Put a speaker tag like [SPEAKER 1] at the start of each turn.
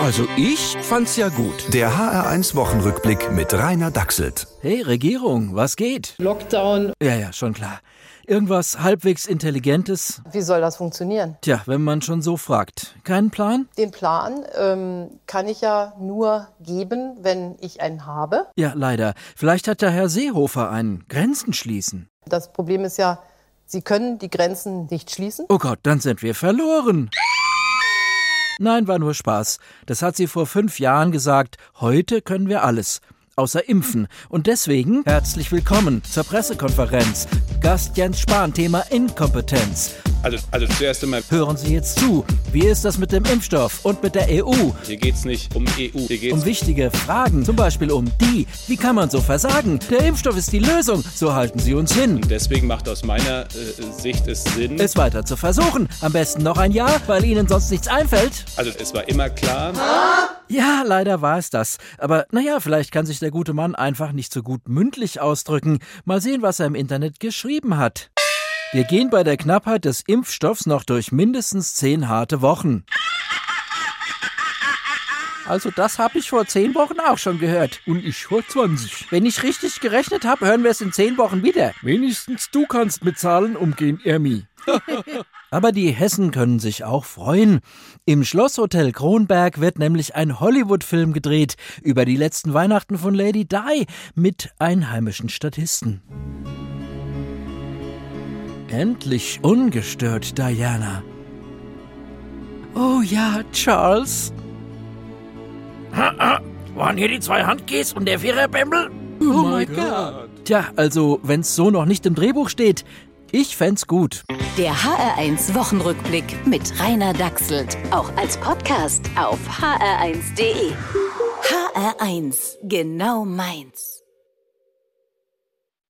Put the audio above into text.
[SPEAKER 1] Also ich fand's ja gut.
[SPEAKER 2] Der HR1-Wochenrückblick mit Rainer Dachselt.
[SPEAKER 1] Hey Regierung, was geht?
[SPEAKER 3] Lockdown.
[SPEAKER 1] Ja, ja, schon klar. Irgendwas halbwegs Intelligentes?
[SPEAKER 3] Wie soll das funktionieren?
[SPEAKER 1] Tja, wenn man schon so fragt. Keinen Plan?
[SPEAKER 3] Den Plan ähm, kann ich ja nur geben, wenn ich einen habe.
[SPEAKER 1] Ja, leider. Vielleicht hat der Herr Seehofer einen. Grenzen schließen.
[SPEAKER 3] Das Problem ist ja, Sie können die Grenzen nicht schließen.
[SPEAKER 1] Oh Gott, dann sind wir verloren. Nein, war nur Spaß. Das hat sie vor fünf Jahren gesagt. Heute können wir alles. Außer impfen. Und deswegen herzlich willkommen zur Pressekonferenz. Gast Jens Spahn, Thema Inkompetenz.
[SPEAKER 4] Also, also zuerst einmal,
[SPEAKER 1] Hören Sie jetzt zu. Wie ist das mit dem Impfstoff und mit der EU?
[SPEAKER 4] hier geht's nicht um EU, hier geht's
[SPEAKER 1] Um wichtige Fragen, zum Beispiel um die. Wie kann man so versagen? Der Impfstoff ist die Lösung. So halten Sie uns hin.
[SPEAKER 4] Deswegen macht aus meiner äh, Sicht es Sinn.
[SPEAKER 1] Es weiter zu versuchen. Am besten noch ein Jahr, weil Ihnen sonst nichts einfällt.
[SPEAKER 4] also es war immer klar.
[SPEAKER 1] Ja, leider war es das. Aber naja, vielleicht kann sich der gute Mann einfach nicht so gut mündlich ausdrücken. Mal sehen, was er im Internet geschrieben hat. Wir gehen bei der Knappheit des Impfstoffs noch durch mindestens zehn harte Wochen. Also das habe ich vor zehn Wochen auch schon gehört. Und ich vor 20. Wenn ich richtig gerechnet habe, hören wir es in zehn Wochen wieder. Wenigstens du kannst mit Zahlen umgehen, Ermi. Aber die Hessen können sich auch freuen. Im Schlosshotel Kronberg wird nämlich ein Hollywood-Film gedreht über die letzten Weihnachten von Lady Di mit einheimischen Statisten. Endlich ungestört, Diana. Oh ja, Charles. Waren hier die zwei Handkeys und der Viererbämbel? Oh, mein Gott. Tja, also, wenn's so noch nicht im Drehbuch steht, ich fänd's gut.
[SPEAKER 5] Der HR1 Wochenrückblick mit Rainer Dachselt. Auch als Podcast auf hr1.de. HR1, genau meins.